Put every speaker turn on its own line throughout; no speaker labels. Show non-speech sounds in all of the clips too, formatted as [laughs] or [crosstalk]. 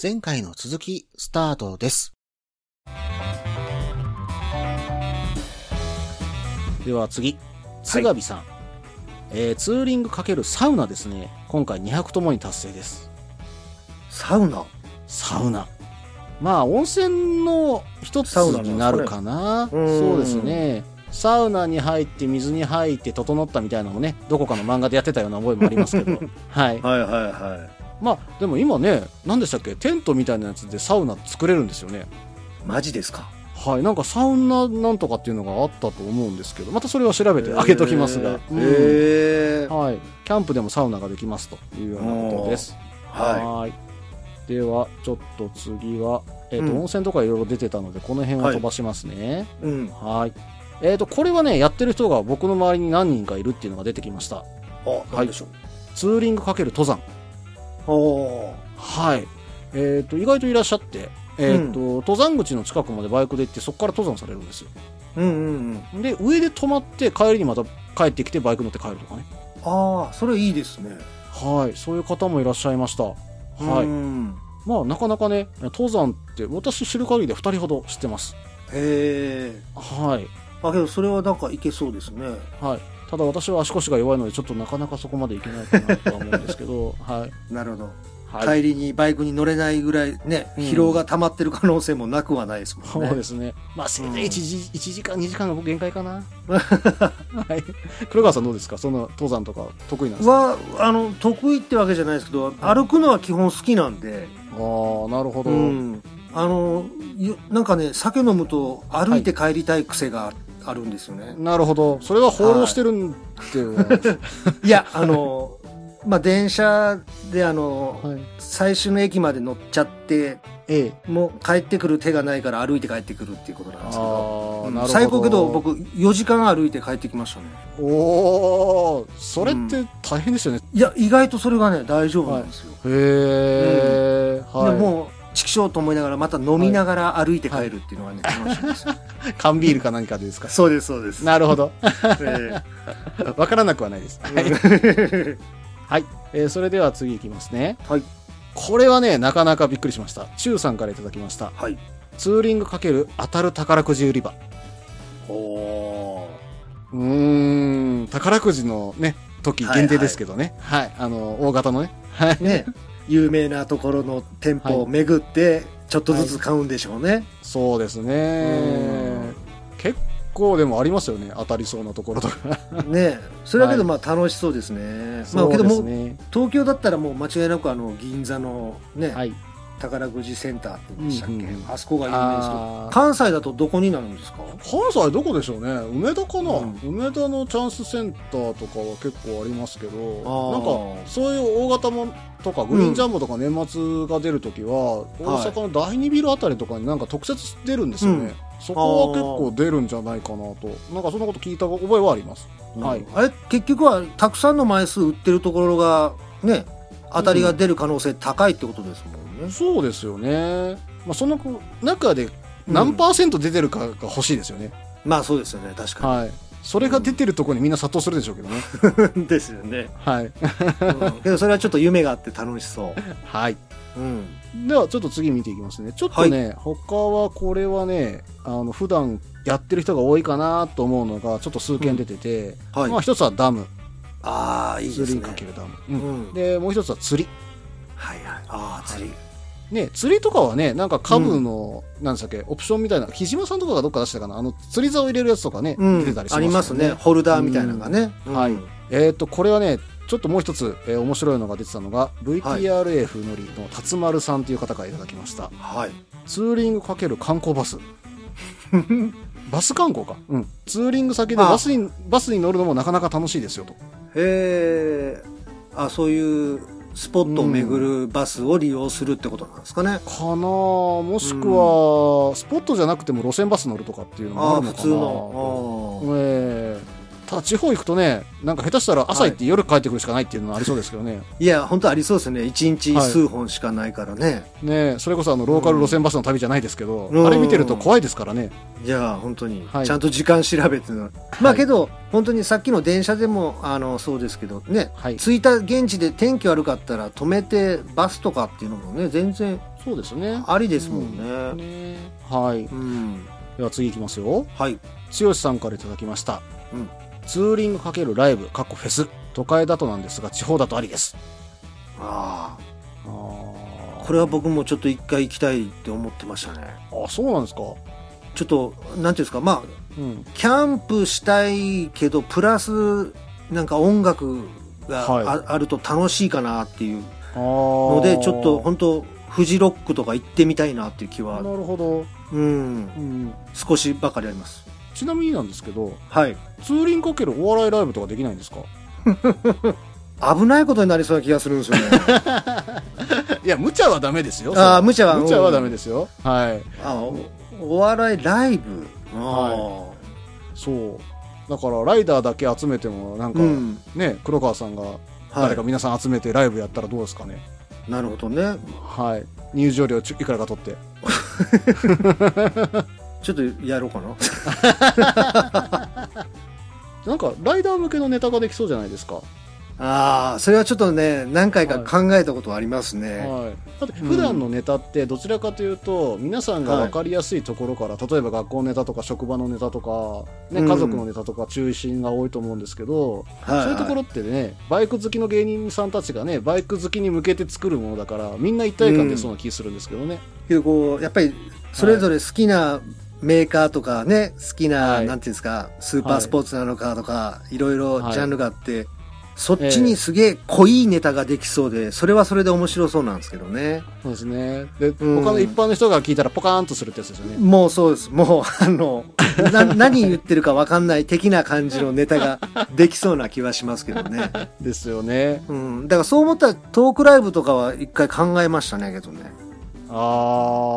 前回の続き、スタートです。では次、津上さん。えーツーリング×サウナですね。今回200ともに達成です。
サウナ。
サウナ。まあ、温泉の一つ
サウナなんですかね
になるかな。
うん
そうですね。サウナに入って、水に入って、整ったみたいなのもね、どこかの漫画でやってたような覚えもありますけ [laughs] ど。はい。
はいはいはい。
まあ、でも今ね、何でしたっけテントみたいなやつでサウナ作れるんですよね。
マジですか。
はい。なんかサウナなんとかっていうのがあったと思うんですけど、またそれは調べてあげときますが。
え
うん
ーえー
はい。キャンプでもサウナができますというようなことです。
は
はーいでは、ちょっと次は、えっ、と、
うん
温泉とかいろいろ出てたので、この辺は
はい
飛ばしますね。
い。うん。
はーい。えっ、と、これはね、やってる人が僕の周りに何人かいるっていうのが出てきました。
あ、なんでしょう。
ツーリングかける登山。
おー
はい。えっ、と、意外といらっしゃって、えっ、と、登山口の近くまでバイクで行って、そこから登山されるんですよ。
うんうんうん。
で、上で泊まって、帰りにまた帰ってきて、バイク乗って帰るとかね。
ああ、それいいですね。
はい。そういう方もいらっしゃいました。は
う
い。
ん
まあ、なかなかね、登山って、私知る限りで2人ほど知ってます。
へえ。
はい。
あ、けどそれはなんかいけそうですね。
はい、ただ私は足腰が弱いのでちょっとなかなかそこまでいけないかなとは思うんですけど、はい
なるほど。
はい、
帰りにバイクに乗れないぐらいね、
うん
疲労が溜まってる可能性もなくはないですもんね。
そうですね、まあせいぜい1時 ,1 時間2時間が僕限界かな、はい、黒川さんどうですかその登山とか得意なんですか
はあの得意ってわけじゃないですけど歩くのは基本好きなんで、
ああーなるほど、
うん、あのよなんかね酒飲むと歩いて帰りたい癖があるんですよね、
なるほどそれは放浪してるんっていうのは、
い、やあのまあ電車であの、
はい、
最終の駅まで乗っちゃって
ええ
もう帰ってくる手がないから歩いて帰ってくるっていうことなんですけど
ああ、
うん
なるほど
最高けど僕4時間歩いて帰ってきましたね
おおそれって大変ですよね、
いや意外とそれがね大丈夫なんですよ、
へえ、はい、
でもう畜生と思いながらまた飲みながら歩いて帰るっていうのがね、楽しいですよ
缶ビールか何かですか
[laughs] そうです、そうです。
なるほど [laughs]
え
わからなくはないです
えうん
はい、えーそれでは次いきますね
はい。
これはねなかなかびっくりしました中さんからいただきました
[laughs] はい。
ツーリング×当たる宝くじ売り場
お
うーん宝くじのね時限定ですけどねはい、あの大型のねはい
ね、有名なところの店舗を巡って、ちょっとずつ買うんでしょうね。
そうですね結構でもありますよね当たりそうなところとか
ね、それだけどまあ楽しそうですね。まあけど
そ
も
うです
う
ね
東京だったらもう間違いなくあの銀座のね、
はい
宝くじセンターって言うんでしたっけ、
うんうんうん
あそこが有名ですけど
あー
関西だとどこになるんですか
関西どこでしょうね梅田かな、
うん
梅田のチャンスセンターとかは結構ありますけど
あ
なんか
ー
そういう大型もんとかグリーンジャンボとか年末が出るときは、大阪の第二ビルあたりとかになんか特設出るんですよね、
うん
そこは結構出るんじゃないかなとなんかそんなこと聞いた覚えはあります、はい
あれ結局はたくさんの枚数売ってるところがね当たりが出る可能性高いってことですもんね、
そうですよね、まあ、その中で何パーセント出てるかが欲しいですよね、
まあそうですよね確か
はいそれが出てるところにみんな殺到するでしょうけどね、
に [laughs] ですよね、
はい、 [laughs]
うんけどそれはちょっと夢があって楽しそ
はい、
う、うん、
ではちょっと次見ていきますねちょっとね、他はこれはねあの普段やってる人が多いかなと思うのがちょっと数件出てて、
はい、
まあ一つはダム、
ああいい
釣
です
り
ね
かけるダム。
う
うん
ん、
で、もう一つは釣り。
はいはいああ釣り、
ね、釣りとかはね、なんか株の、なんでしたっけ、オプションみたいな、木島さんとかがどっか出してたかな、あの、釣り竿入れるやつとかね、
うん
出てたりしますよ
ありますね。ホルダーみたいなのがね、
うん
うん
はいえっ、と、これはね、ちょっともう一つ、えー面白いのが出てたのが、VTRF のりの辰丸さんという方からいただきました。
はい
ツーリングかける観光バ [laughs] ス。バス観光か。うん。ツーリング先で
あ
バスに、バスに乗るのもなかなか楽しいですよと。
へえあそういうスポットを巡るバスを利用するってことなんですかね、
かなあもしくは、スポットじゃなくても路線バス乗るとかっていうのも
あ
あ
あ
るの
普
かな
通の
ええただ地方行くとね、なんか下手したら朝行って夜帰ってくるしかないっていうのはありそうですけどね。
いや、本当ありそうですね。一日数本しかないからね。
ねそれこそあのローカル路線バスの旅じゃないですけど、
うん
あれ見てると怖いですからね。
い、や、本当に、
はい
ちゃんと時間調べての。
は
まあ
い
けど、本当にさっきの電車でも、あの、そうですけど、ね、
はい。
着いた現地で天気悪かったら止めてバスとかっていうのもね、全然
そうですね。
ありですもんね。
うんねはい。
うん。
では次行きますよ。
はい。
剛さんからいただきました。
うん
ツーリング×ライブ、かっこフェス。都会だとなんですが、地方だとありです。
ああ。
あー
これは僕もちょっと一回行きたいって思ってましたね。
あ、そうなんですか。
ちょっと、なんていうんですか、まあ、
うん。
キャンプしたいけど、プラス、なんか音楽があ,、
はい
あると楽しいかなっていう
あー
ので、ちょっと本当フジロックとか行ってみたいなっていう気
な
は、
るほど。
うん、
うん。
少しばかりあります。
ちなみになんですけど、
はい。
ツーリング×お笑いライブとかできないんですか
危ないことになりそうな気がするん
[laughs]
ですよね。
いや、無茶はダメですよ。
ああ、無茶は。
無茶はダメ
で
ですよ。はい。
あおお笑いライブ。ああ、
そう。だから、ライダーだけ集めても、なんか、
うん。
ね、黒川さんが、
は
誰か皆さん集めてライブやったらどうですかね。
い。なるほどね。
はい。入場料ちいくらか取って。
ちょっとやろうかな。 [laughs]
なんか、ライダー向けのネタができそうじゃないですか。
ああ、それはちょっとね、何回か考えたことはありますね。
はい、だって普段のネタってどちらかというと皆さんが分かりやすいところから、例えば学校のネタとか職場のネタとか、ね、
うん
家族のネタとか中心が多いと思うんですけど、
はい
そういうところってねバイク好きの芸人さんたちがねバイク好きに向けて作るものだからみんな一体感出そうな気するんですけどね、
けどこうやっぱりそれぞれ好きなメーカーとかね好きな、
はい
なんていうんですかスーパースポーツなのかとか、い、ろいろ
はい
ジャンルがあって、そっちにすげえ濃いネタができそうでそれはそれで面白そうなんですけどね
そうですねで、
うん
他の一般の人が聞いたらポカーンとするってやつですよね
もうそうですもうあのな何言ってるかわかんない的な感じのネタができそうな気はしますけどね、
ですよね
うん、だからそう思ったらトークライブとかは一回考えましたねけどね
あ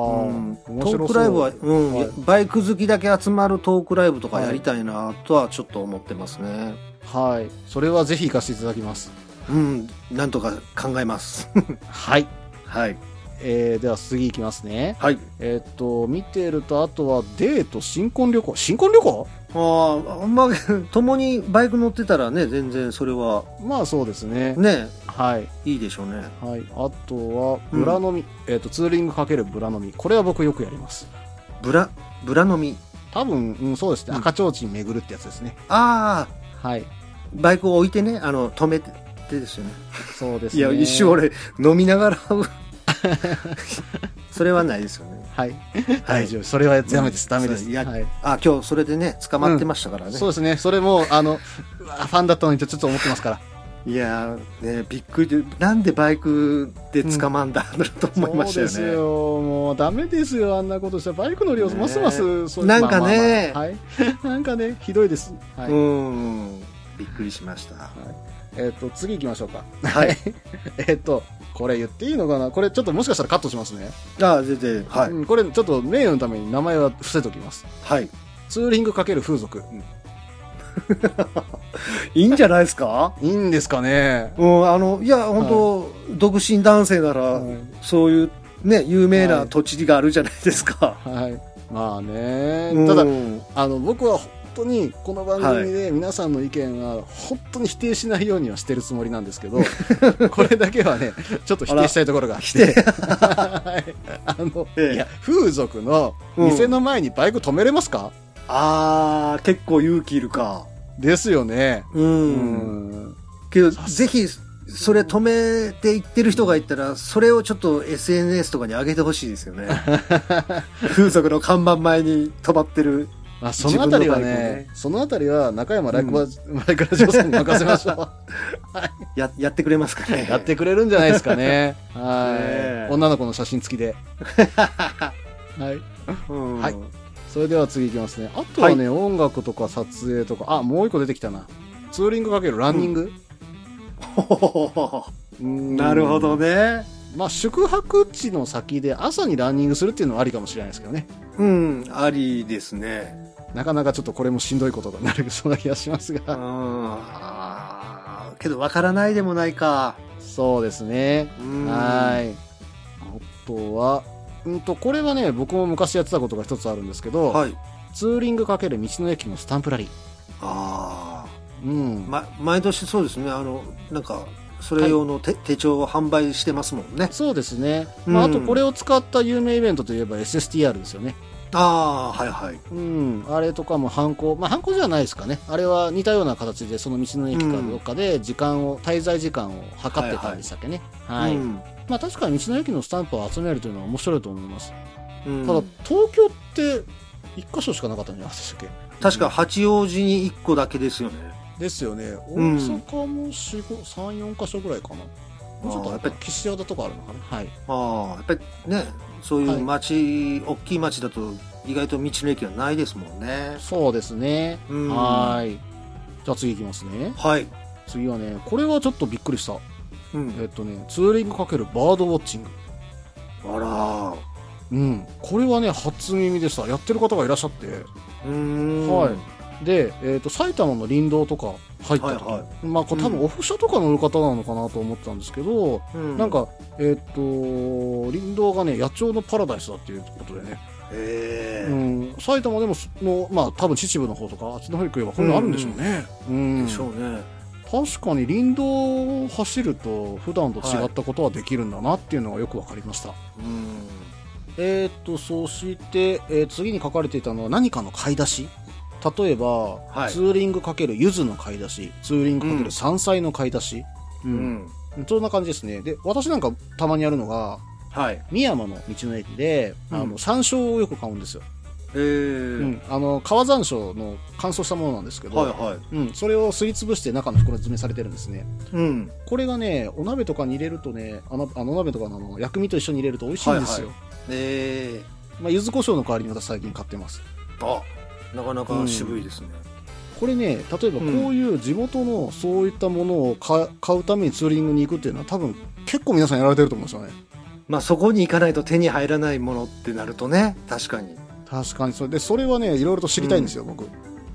ー、
うん
面白
ト
そう
ークライブは、うん
はい
バイク好きだけ集まるトークライブとかやりたいなとはちょっと思ってますね、
はいそれはぜひ行かせていただきます
うんなんとか考えます [laughs]
はい、
はい
えー、では次行きますね
はい
えっと、見てると、あとはデート、新婚旅行。新婚旅行
ああまあ共にバイク乗ってたらね全然それは
まあそうですね。
ね
はい。
いいでしょうね
はい。あとは、ブラ飲み。えっと、ツーリングかけるブラ飲み。これは僕よくやります。
ブラブラ飲み
多分、うん、そうですね。
うん
赤ちょうちん巡るってやつですね。
ああ
はい。
バイクを置いてねあの止めてですよね
そうです
い
ね。
や一瞬。俺飲みながら [laughs] それはないですよね
はい。
は
大
い
丈夫。それはダメです。ダメで
そ
す。
うや
はい。
あ今日それでね捕まってましたからね、
そうですね。それも、あ [laughs] の、うわファンだったのにとちょっと思ってますから。
いやー、ね、びっくりで、なんでバイクで捕まんだ、と思いましたよね。
そうですよ。もうダメですよ。あんなことしたらバイクの量
ねえ
ますますそう
なんかね
まあまあまあはい。 [laughs] なんかね、ひどいです。はい。
うん、びっくりしました。
えっ、と、次行きましょうか。
はい。
えっ、と、これ言っていいのかなこれちょっともしかしたらカットしますね。
あ、全然、はい、
うんこれちょっと名誉のために名前は伏せときます。
はい。
ツーリングかける風俗。
いいんじゃないですか。
いいんですかね
うん、あの、いや、本当、独身男性なら、
はい
そういう、ね、有名
は
ない土地があるじゃないですか。
はい。まあね、
うん
ただ、
は
あの、僕は本当にこの番組で皆さんの意見は本当に否定しないようにはしてるつもりなんです
[laughs]
けど、これだけはね、ちょっと否定したいところがあって。はい [laughs] あの、
ええ
いや、風俗の店の前にバイク止めれますか、
あー、結構勇気いるか。
ですよね。
うん、けど、
さす
ぜひ、それ止めていってる人がいたら、それをちょっと SNS とかに上げてほしいです
[laughs]
よね。風俗の看板前に止まってる。
まあ、そのあたりはね、
自分のバイクね
そのあたりは中山ライクバ、ライクラジオさんに任せましょ
[laughs]
う。
や、やってくれますかね。
やってくれるんじゃないですかね。はい、
え
女の子の写真付き
[laughs]
で。はい。
うん
はいそれでは次いきますね。あとはね、音楽とか撮影とか、あ、もう一個出てきたな。ツーリングかけるランニング、
ほほほほほ
うーん
[laughs] なるほど。ね。
まあ、宿泊地の先で朝にランニングするっていうのはありかもしれないですけどね。
うん、ありですね。
なかなかちょっとこれもしんどいことになるそうな気がします
う
が、
んあーけどわからないでもないか
そうですね。
うん
はい。あとは、うんと、これはね、僕も昔やってたことが一つあるんですけど、
はい
ツーリングかける道の駅のスタンプラリー。
あ
うん
あ、。ま、毎年そうですねあのなんかそれ用の手,、手帳を販売してますもんね
そうですね。まあ、
う
あ
ん
とこれを使った有名イベントといえば SSTR ですよね。
ああはいはい
うん。あれとかも犯行、まあ、犯行じゃないですかね。あれは似たような形で、その道の駅かどっかで時間を、滞在時間を測ってたんでしたっけね。はい、
うん
まあ、確かに道の駅のスタンプを集めるというのは面白いと思います。
うん
ただ、東京って、一箇所しかなかったんじゃないですかっけ
確か八王子に1個だけですよね
ですよね。大
ん
阪も四五三四箇所ぐらいかな。もうちょっと
あー
や
や
っ
っ
ぱ
ぱ
り
り
岸和田とかあるのかな。はい。
ああやっぱりねそういう町、大きい町だと意外と道の駅はないですもんね
そうですね。
うん
はーい。じゃあ次いきますね。
はい、
次はね、これはちょっとびっくりした。
うん、
えっとね、ツーリングかけるバードウォッチング。
あ
うん。これはね、初耳でした。やってる方がいらっしゃって。
らうーん
はいで、えっと埼玉の林道とか入った時、
はいは
まあこれ多分オフ車とか乗る方なのかなと思ってたんですけど、
うん
なんか、えっと林道がね野鳥のパラダイスだっていうことでね、
へえ
うん、埼玉でもその、まあ、多分秩父の方とかあっちの方に行けばこういうのあるんでしょうね、うん
でしょうね
確かに林道を走ると普段と違ったことはできるんだなっていうのがよく分かりました、
うん
えーっとそして、えー次に書かれていたのは何かの買い出し例えば、
はい
ツーリングかける柚子の買い出しツーリングかけ
う
る
ん
山菜の買い出し、う
うんん
そんな感じですねで私なんかたまにやるのが
はいへ
深山の道の駅で、
うん
あの山椒をよく買うんですよ、
え
うんあの川山椒の乾燥したものなんですけど、
はいはい
うん、それをすりつぶして中の袋詰めされてるんですね
うん
これがねお鍋とかに入れるとねあのあのお鍋とかのあの薬味と一緒に入れると美味しいんですよ、
ええ
まあ、柚子胡椒の代わりに私最近買ってます
あなかなか渋いですね、
これね例えばこ
うん
ういう地元のそういったものをか買うためにツーリングに行くっていうのは多分結構皆さんやられてると思うんですよね
まあそこに行かないと手に入らないものってなるとね確かに
確かにそれでそれはねいろいろと知りたいんですよ、僕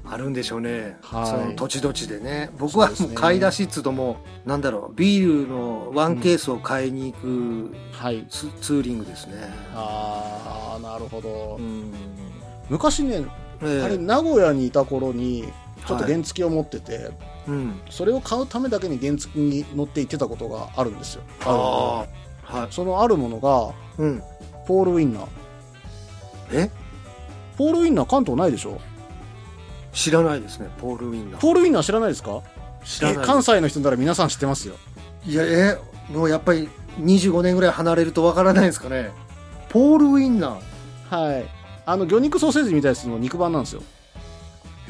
あるんでしょうね、
はい
その土地土地でね僕は
そう
も
です
う
ね
買い出しっつうともうなんだろうビールのワンケースを買いに行く
はい
ツ,、ツーリングですね
ああなるほど、
うん、
昔ね
え
あれ
え
名古屋にいた頃にちょっと原付を持ってて、
うん、
それを買うためだけに原付に乗って行ってたことがあるんですよ
ああはい、
そのあるものが
うん、
ポールウィンナー
え
ポールウィンナー関東ないでしょ
知らないですねポール・ウィンナー
ポールウィンナー知らないですか
知ら
え
ない
関西の人なら皆さん知ってますよ
いやえもうやっぱり25年ぐらい離れるとわからないですかねポール・ウィンナー
はいあの魚肉ソーセージみたいなやつの肉版なんですよ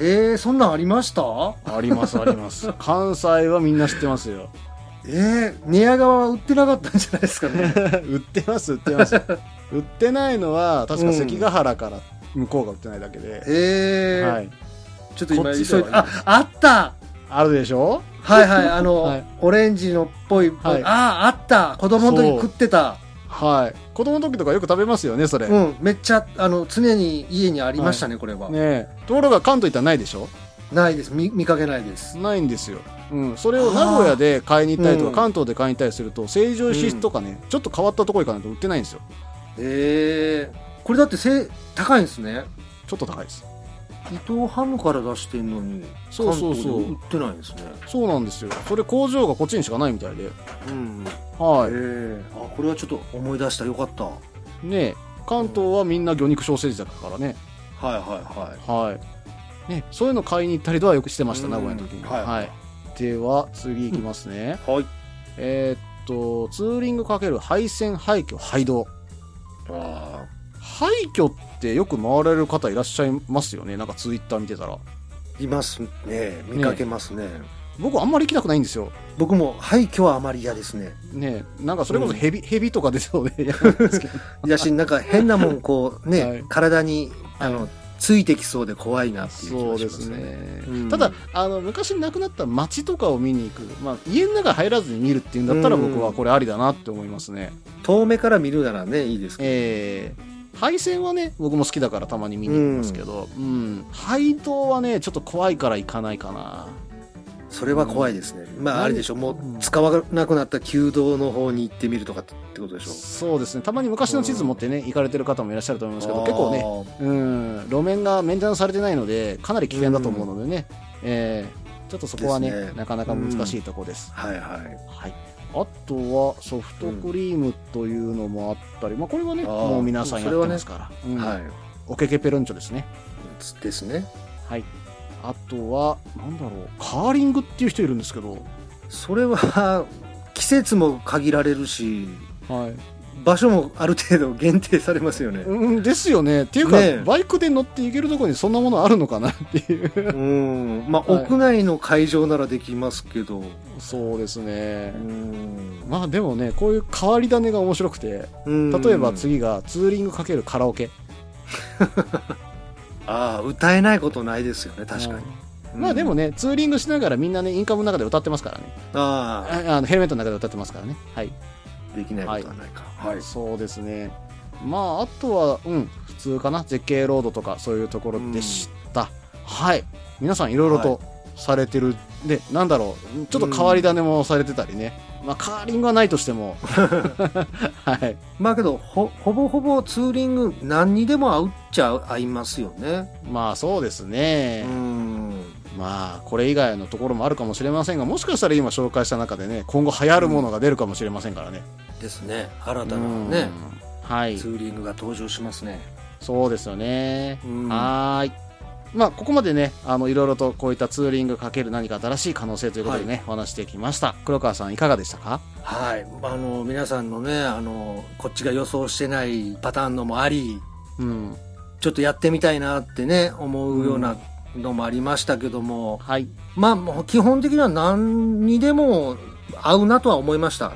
えー、そんなんありました
ありますあります [laughs] 関西はみんな知ってますよ
えー、寝屋川は売ってなかったんじゃないです
[laughs]
かね
[laughs] 売ってます売ってます [laughs] 売ってないのは確か関ヶ原から向こうが売ってないだけで、
えー
はい
ちょっと今
こっ
急い
ちでは
でああった
あるでしょ
はい [laughs] はい、あの、
はい
オレンジのっぽい、
はい
ああ、あった子供の時
そう
食ってた。
はい子供の時とかよく食べますよねそれ、
う
ね
ん、めっちゃ、あの、常に家にありましたね、これは、
えところが関東行ったらないでしょ
ないです見、見かけないです。
ないんですよ、うん、それを名古屋で買いに行ったりとか、
あーう
関
ん
東で買いに行ったりすると成城石井とかね、ちょっと変わったとこ行かないと売ってないんですよ
ええこれだってせ、高いんですね。
ちょっと高いです
伊藤ハムから出してんのに、
そうそうそう
関東で売ってないんですね。
そうなんですよそれ工場がこっちにしかないみたいで
うん。
は
ええあ、これはちょっと思い出した。よかった。はい
ねえ関東はみんな魚肉ソーセージだからね
いはいはい。
はいねそういうの買いに行ったりとはよくしてました
うん
名古屋の時に
はい
では次行きますね、
はい。
えーっとツーリングかける廃線廃墟廃道
ああ。
廃墟ってよく回られる方いらっしゃいますよねなんかツイッター見てたら
いますね。見かけますね。
僕あんまり行きたくないんですよ
僕も廃墟はあまり嫌ですね。
ねえなんかそれこそヘビ,、ヘビとか出そうで
[laughs] だし、なんか変なもん、こうね、
はい
体に、あの、ついてきそうで怖いなっていう気
そう
がし
で
ますすね。
ね、
うん
ただあの昔亡くなった町とかを見に行く、まあ、家の中入らずに見るっていうんだったら
うん
僕はこれありだなって思いますね、
遠目から見るならね、いいですけど。
ええ配線はね僕も好きだからたまに見に行きますけど、うん配当はねちょっと怖いから行かないかな
それは怖いですね。まあ、
何
あれでしょう、も
う
うん使わなくなった旧道の方に行ってみるとかってことでしょう。
そうですねたまに昔の地図持ってね行かれてる方もいらっしゃると思いますけど結構ね
ね。
うん、路面がメンテナンスされてないので、かなり危険だと思うのでね、えーちょっとそこはね
ですね
なかなか難しいとこです。
はいはい。
はい、あとはソフトクリームというのもあったり、まあ、これはね、
あー
もう皆さんやってますから、うん
はい。
おけけペロンチョですね。
つですね。
はい、あとは、なんだろう、カーリングっていう人いるんですけど、
それは、季節も限られるし、
はい、
場所もある程度限定されますよね。
うんですよね、っていうか、
ねえ
バイクで乗って行けるところにそんなものあるのかなって
[laughs]
いう、
うん。まあ、
はい
屋内の会場ならできますけど。
そうですね
う。ん。
まあでもね、こういう変わり種が面白くて、
うん
例えば。次がツーリングかけるカラオケ
ああ、歌えないことないですよね、確かに。
うんまあでも
ね。
ねツーリングしながらみんなねインカムの中で歌ってますからね
あ
ああのヘルメットの中で歌ってますからねはい、
あ、できないことはないか。はい。
そうですねまああとはうん普通かな絶景ロードとかそういうところでした、はい皆さんいろいろとされてる、でなんだろうちょっと変わり種もされてたりね、まあカーリングはないとして
[laughs]
もはい
まあけどほほぼほぼツーリング何にでも合うっちゃ合いますよね。
まあそうです
う
ね、
ん
まあこれ以外のところもあるかもしれませんがもしかしたら今紹介した中でね今後流行るものが出るかもしれませんからね、
ですね新
うん、
たなね、
はい
ツーリングが登場しますね。
そうですよね、
うん
はーいまあここまでねあのいろいろとこういったツーリングかける何か新しい可能性ということでね、お話してきました黒川さんいかがでしたか
はい、あの皆さんのねあのこっちが予想してないパターンのもあり
うん
ちょっとやってみたいなってね思うようなのもありましたけども、
はい
まあもう基本的には何にでも合うなとは思いました。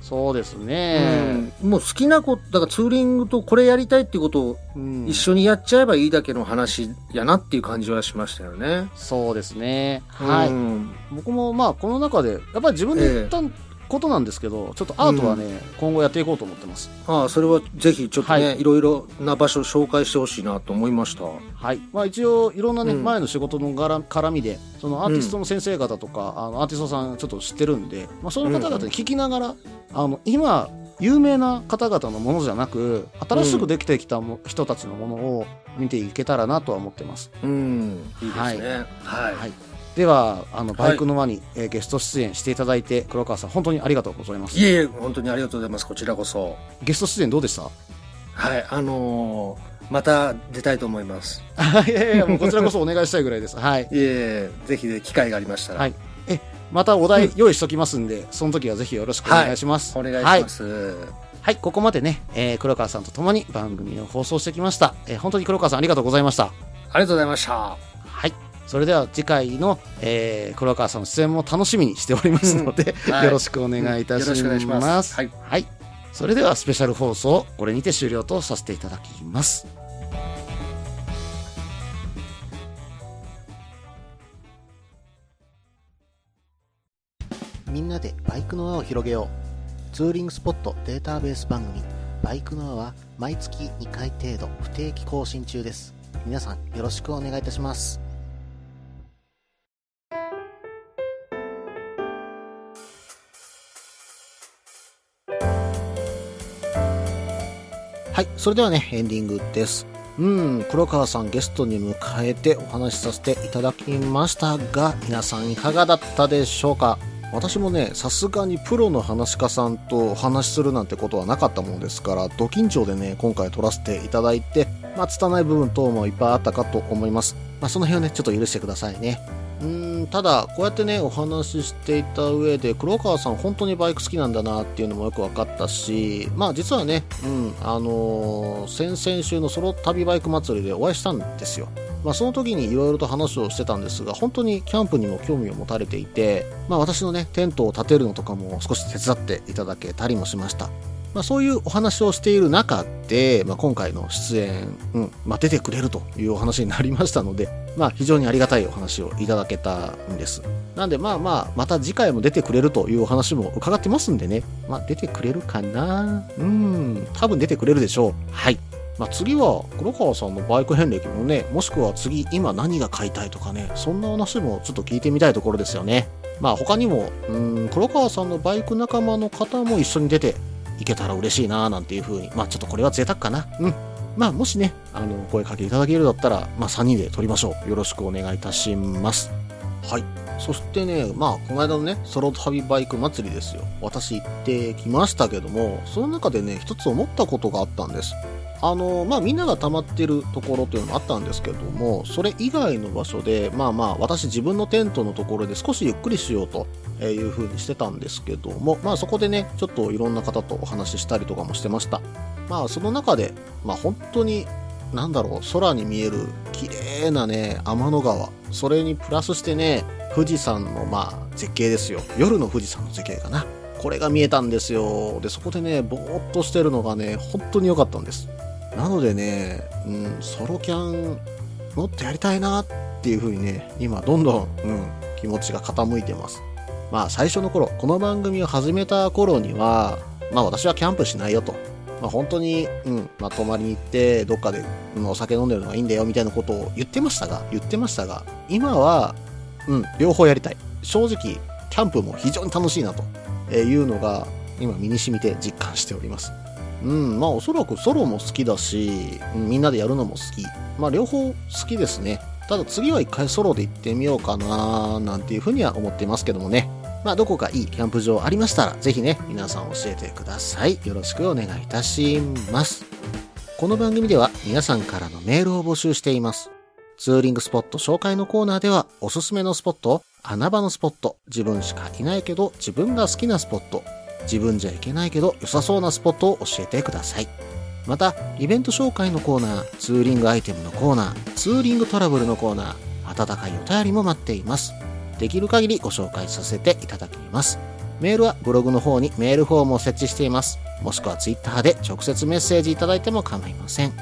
そうですね、
うん、もう好きなことだからツーリングとこれやりたいってことを
うん
一緒にやっちゃえばいいだけの話やなっていう感じはしましたよね。
そうですねはい、
うん
僕もまあこの中でやっぱり自分で言ったことなんですけど、ちょっとアートはね、今後やっていこうと思ってます
ああ、それはぜひちょっとね、、
はい
ろいろな場所紹介してほしいなと思いました。
はいまあ、一応いろんなね、
うん
前の仕事のがら絡みでそのアーティストの先生方とか、あのアーティストさんちょっと知ってるんで、まあ、その方々に聞きながら、あの今有名な方々のものじゃなく新しくできてきたも、人たちのものを見ていけたらなとは思ってます
うん、いいですね。はい。
はいではあの
はい
バイクの輪に、えーゲスト出演していただいて黒川さん本当にありがとうございます
い、えいえ、本当にありがとうございます。こちらこそ。
ゲスト出演どうでした
はい、あのーまた出たいと思います。
あ [laughs] いやいやいやもうこちらこそお願いしたいぐらいです [laughs] はい
いえいえ、ぜひね機会がありましたら。
はいえまたお題用意しときますんで、その時はぜひよろしくお願いします、
お願いし
はい
ます。
はい、ここまでね、えー黒川さんと共に番組を放送してきました。えー本当に黒川さんありがとうございました。
ありがとうございました。
はい。それでは次回の、えー黒川さんの出演も楽しみにしておりますので、
うんはい
よろしくお願いいたします。
うんよろしくお願いします
は
はいい。
それではスペシャル放送、これにて終了とさせていただきます。
みんなでバイクの輪を広げようツーリングスポットデータベース番組「バイクの輪」は毎月2回程度不定期更新中です皆さんよろしくお願いいたしますはいそれではねエンディングですうん黒川さんゲストに迎えてお話しさせていただきましたが皆さんいかがだったでしょうか私もねさすがにプロの話し家さんとお話しするなんてことはなかったもんですからド緊張でね今回撮らせていただいてまあ拙い部分等もいっぱいあったかと思いますまあその辺をねちょっと許してくださいねうーんただこうやってねお話ししていた上で黒川さん本当にバイク好きなんだなっていうのもよく分かったしまあ実はね、うん、あのー先々週のソロ旅バイク祭りでお会いしたんですよまあ、その時にいろいろと話をしてたんですが本当にキャンプにも興味を持たれていて、まあ、私のねテントを建てるのとかも少し手伝っていただけたりもしました、まあ、そういうお話をしている中で、まあ、今回の出演、うんまあ、出てくれるというお話になりましたので、まあ、非常にありがたいお話をいただけたんですなんでまあまあまた次回も出てくれるというお話も伺ってますんでね、まあ、出てくれるかなうん多分出てくれるでしょうはい
まあ、次は黒川さんのバイク遍歴もねもしくは次今何が買いたいとかねそんな話もちょっと聞いてみたいところですよねまあ他にもうん黒川さんのバイク仲間の方も一緒に出ていけたら嬉しいななんていう風にまあちょっとこれは贅沢かなうんまあもしねあの声かけいただけるだったら、まあ、3人で撮りましょうよろしくお願いいたしますはいそしてね、まあ、この間のね、ソロ旅バイク祭りですよ。私行ってきましたけども、その中でね、一つ思ったことがあったんです。あの、まあ、みんなが溜まってるところっていうのもあったんですけども、それ以外の場所で、まあまあ、私自分のテントのところで少しゆっくりしようという風にしてたんですけども、まあそこでね、ちょっといろんな方とお話ししたりとかもしてました。まあ、その中で、まあ本当になんだろう、空に見える綺麗なね、天の川。それにプラスしてね、富士山のまあ絶景ですよ。夜の富士山の絶景かな。これが見えたんですよ。で、そこでね、ぼーっとしてるのがね、本当に良かったんです。なのでね、うん、ソロキャン、もっとやりたいなっていう風にね、今どんどん、うん、気持ちが傾いてます。まあ最初の頃、この番組を始めた頃には、まあ私はキャンプしないよと。まあ本当に、うん、まあ泊まりに行って、どっかでうんお酒飲んでるのがいいんだよみたいなことを言ってましたが、言ってましたが、今は、うん、両方やりたい。正直、キャンプも非常に楽しいなとえーいうのが、今身に染みて実感しております。うん、まあおそらくソロも好きだし、うんみんなでやるのも好き。まあ両方好きですね。ただ次は一回ソロで行ってみようかななんていうふうには思っていますけどもね。まあどこかいいキャンプ場ありましたら、ぜひね、皆さん教えてください。よろしくお願いいたします。この番組では皆さんからのメールを募集しています。ツーリングスポット紹介のコーナーではおすすめのスポット、穴場のスポット、自分しかいないけど自分が好きなスポット、自分じゃいけないけど良さそうなスポットを教えてください。また、イベント紹介のコーナー、ツーリングアイテムのコーナー、ツーリングトラブルのコーナー、温かいお便りも待っています。できる限りご紹介させていただきます。メールはブログの方にメールフォームを設置しています。もしくはツイッターで直接メッセージいただいても構いません。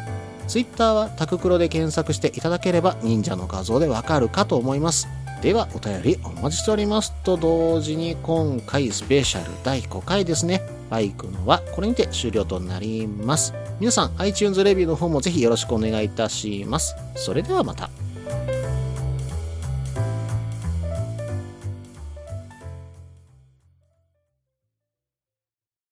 ツイッターはタククロで検索していただければ忍者の画像でわかるかと思います。ではお便りお待ちしておりますと同時に今回スペシャル第5回ですね。バイクのはこれにて終了となります。皆さん iTunes レビューの方もぜひよろしくお願いいたします。それではまた。